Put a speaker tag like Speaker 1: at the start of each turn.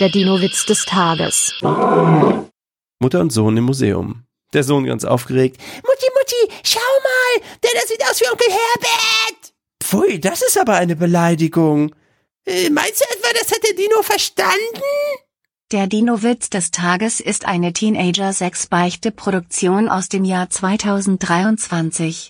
Speaker 1: Der Dino-Witz des Tages.
Speaker 2: Mutter und Sohn im Museum. Der Sohn ganz aufgeregt. Mutti, Mutti, schau mal, der da sieht aus wie Onkel Herbert. Pfui, das ist aber eine Beleidigung. Äh, meinst du etwa, das hat der Dino verstanden?
Speaker 3: Der Dino-Witz des Tages ist eine Teenager-6-Beichte-Produktion aus dem Jahr 2023.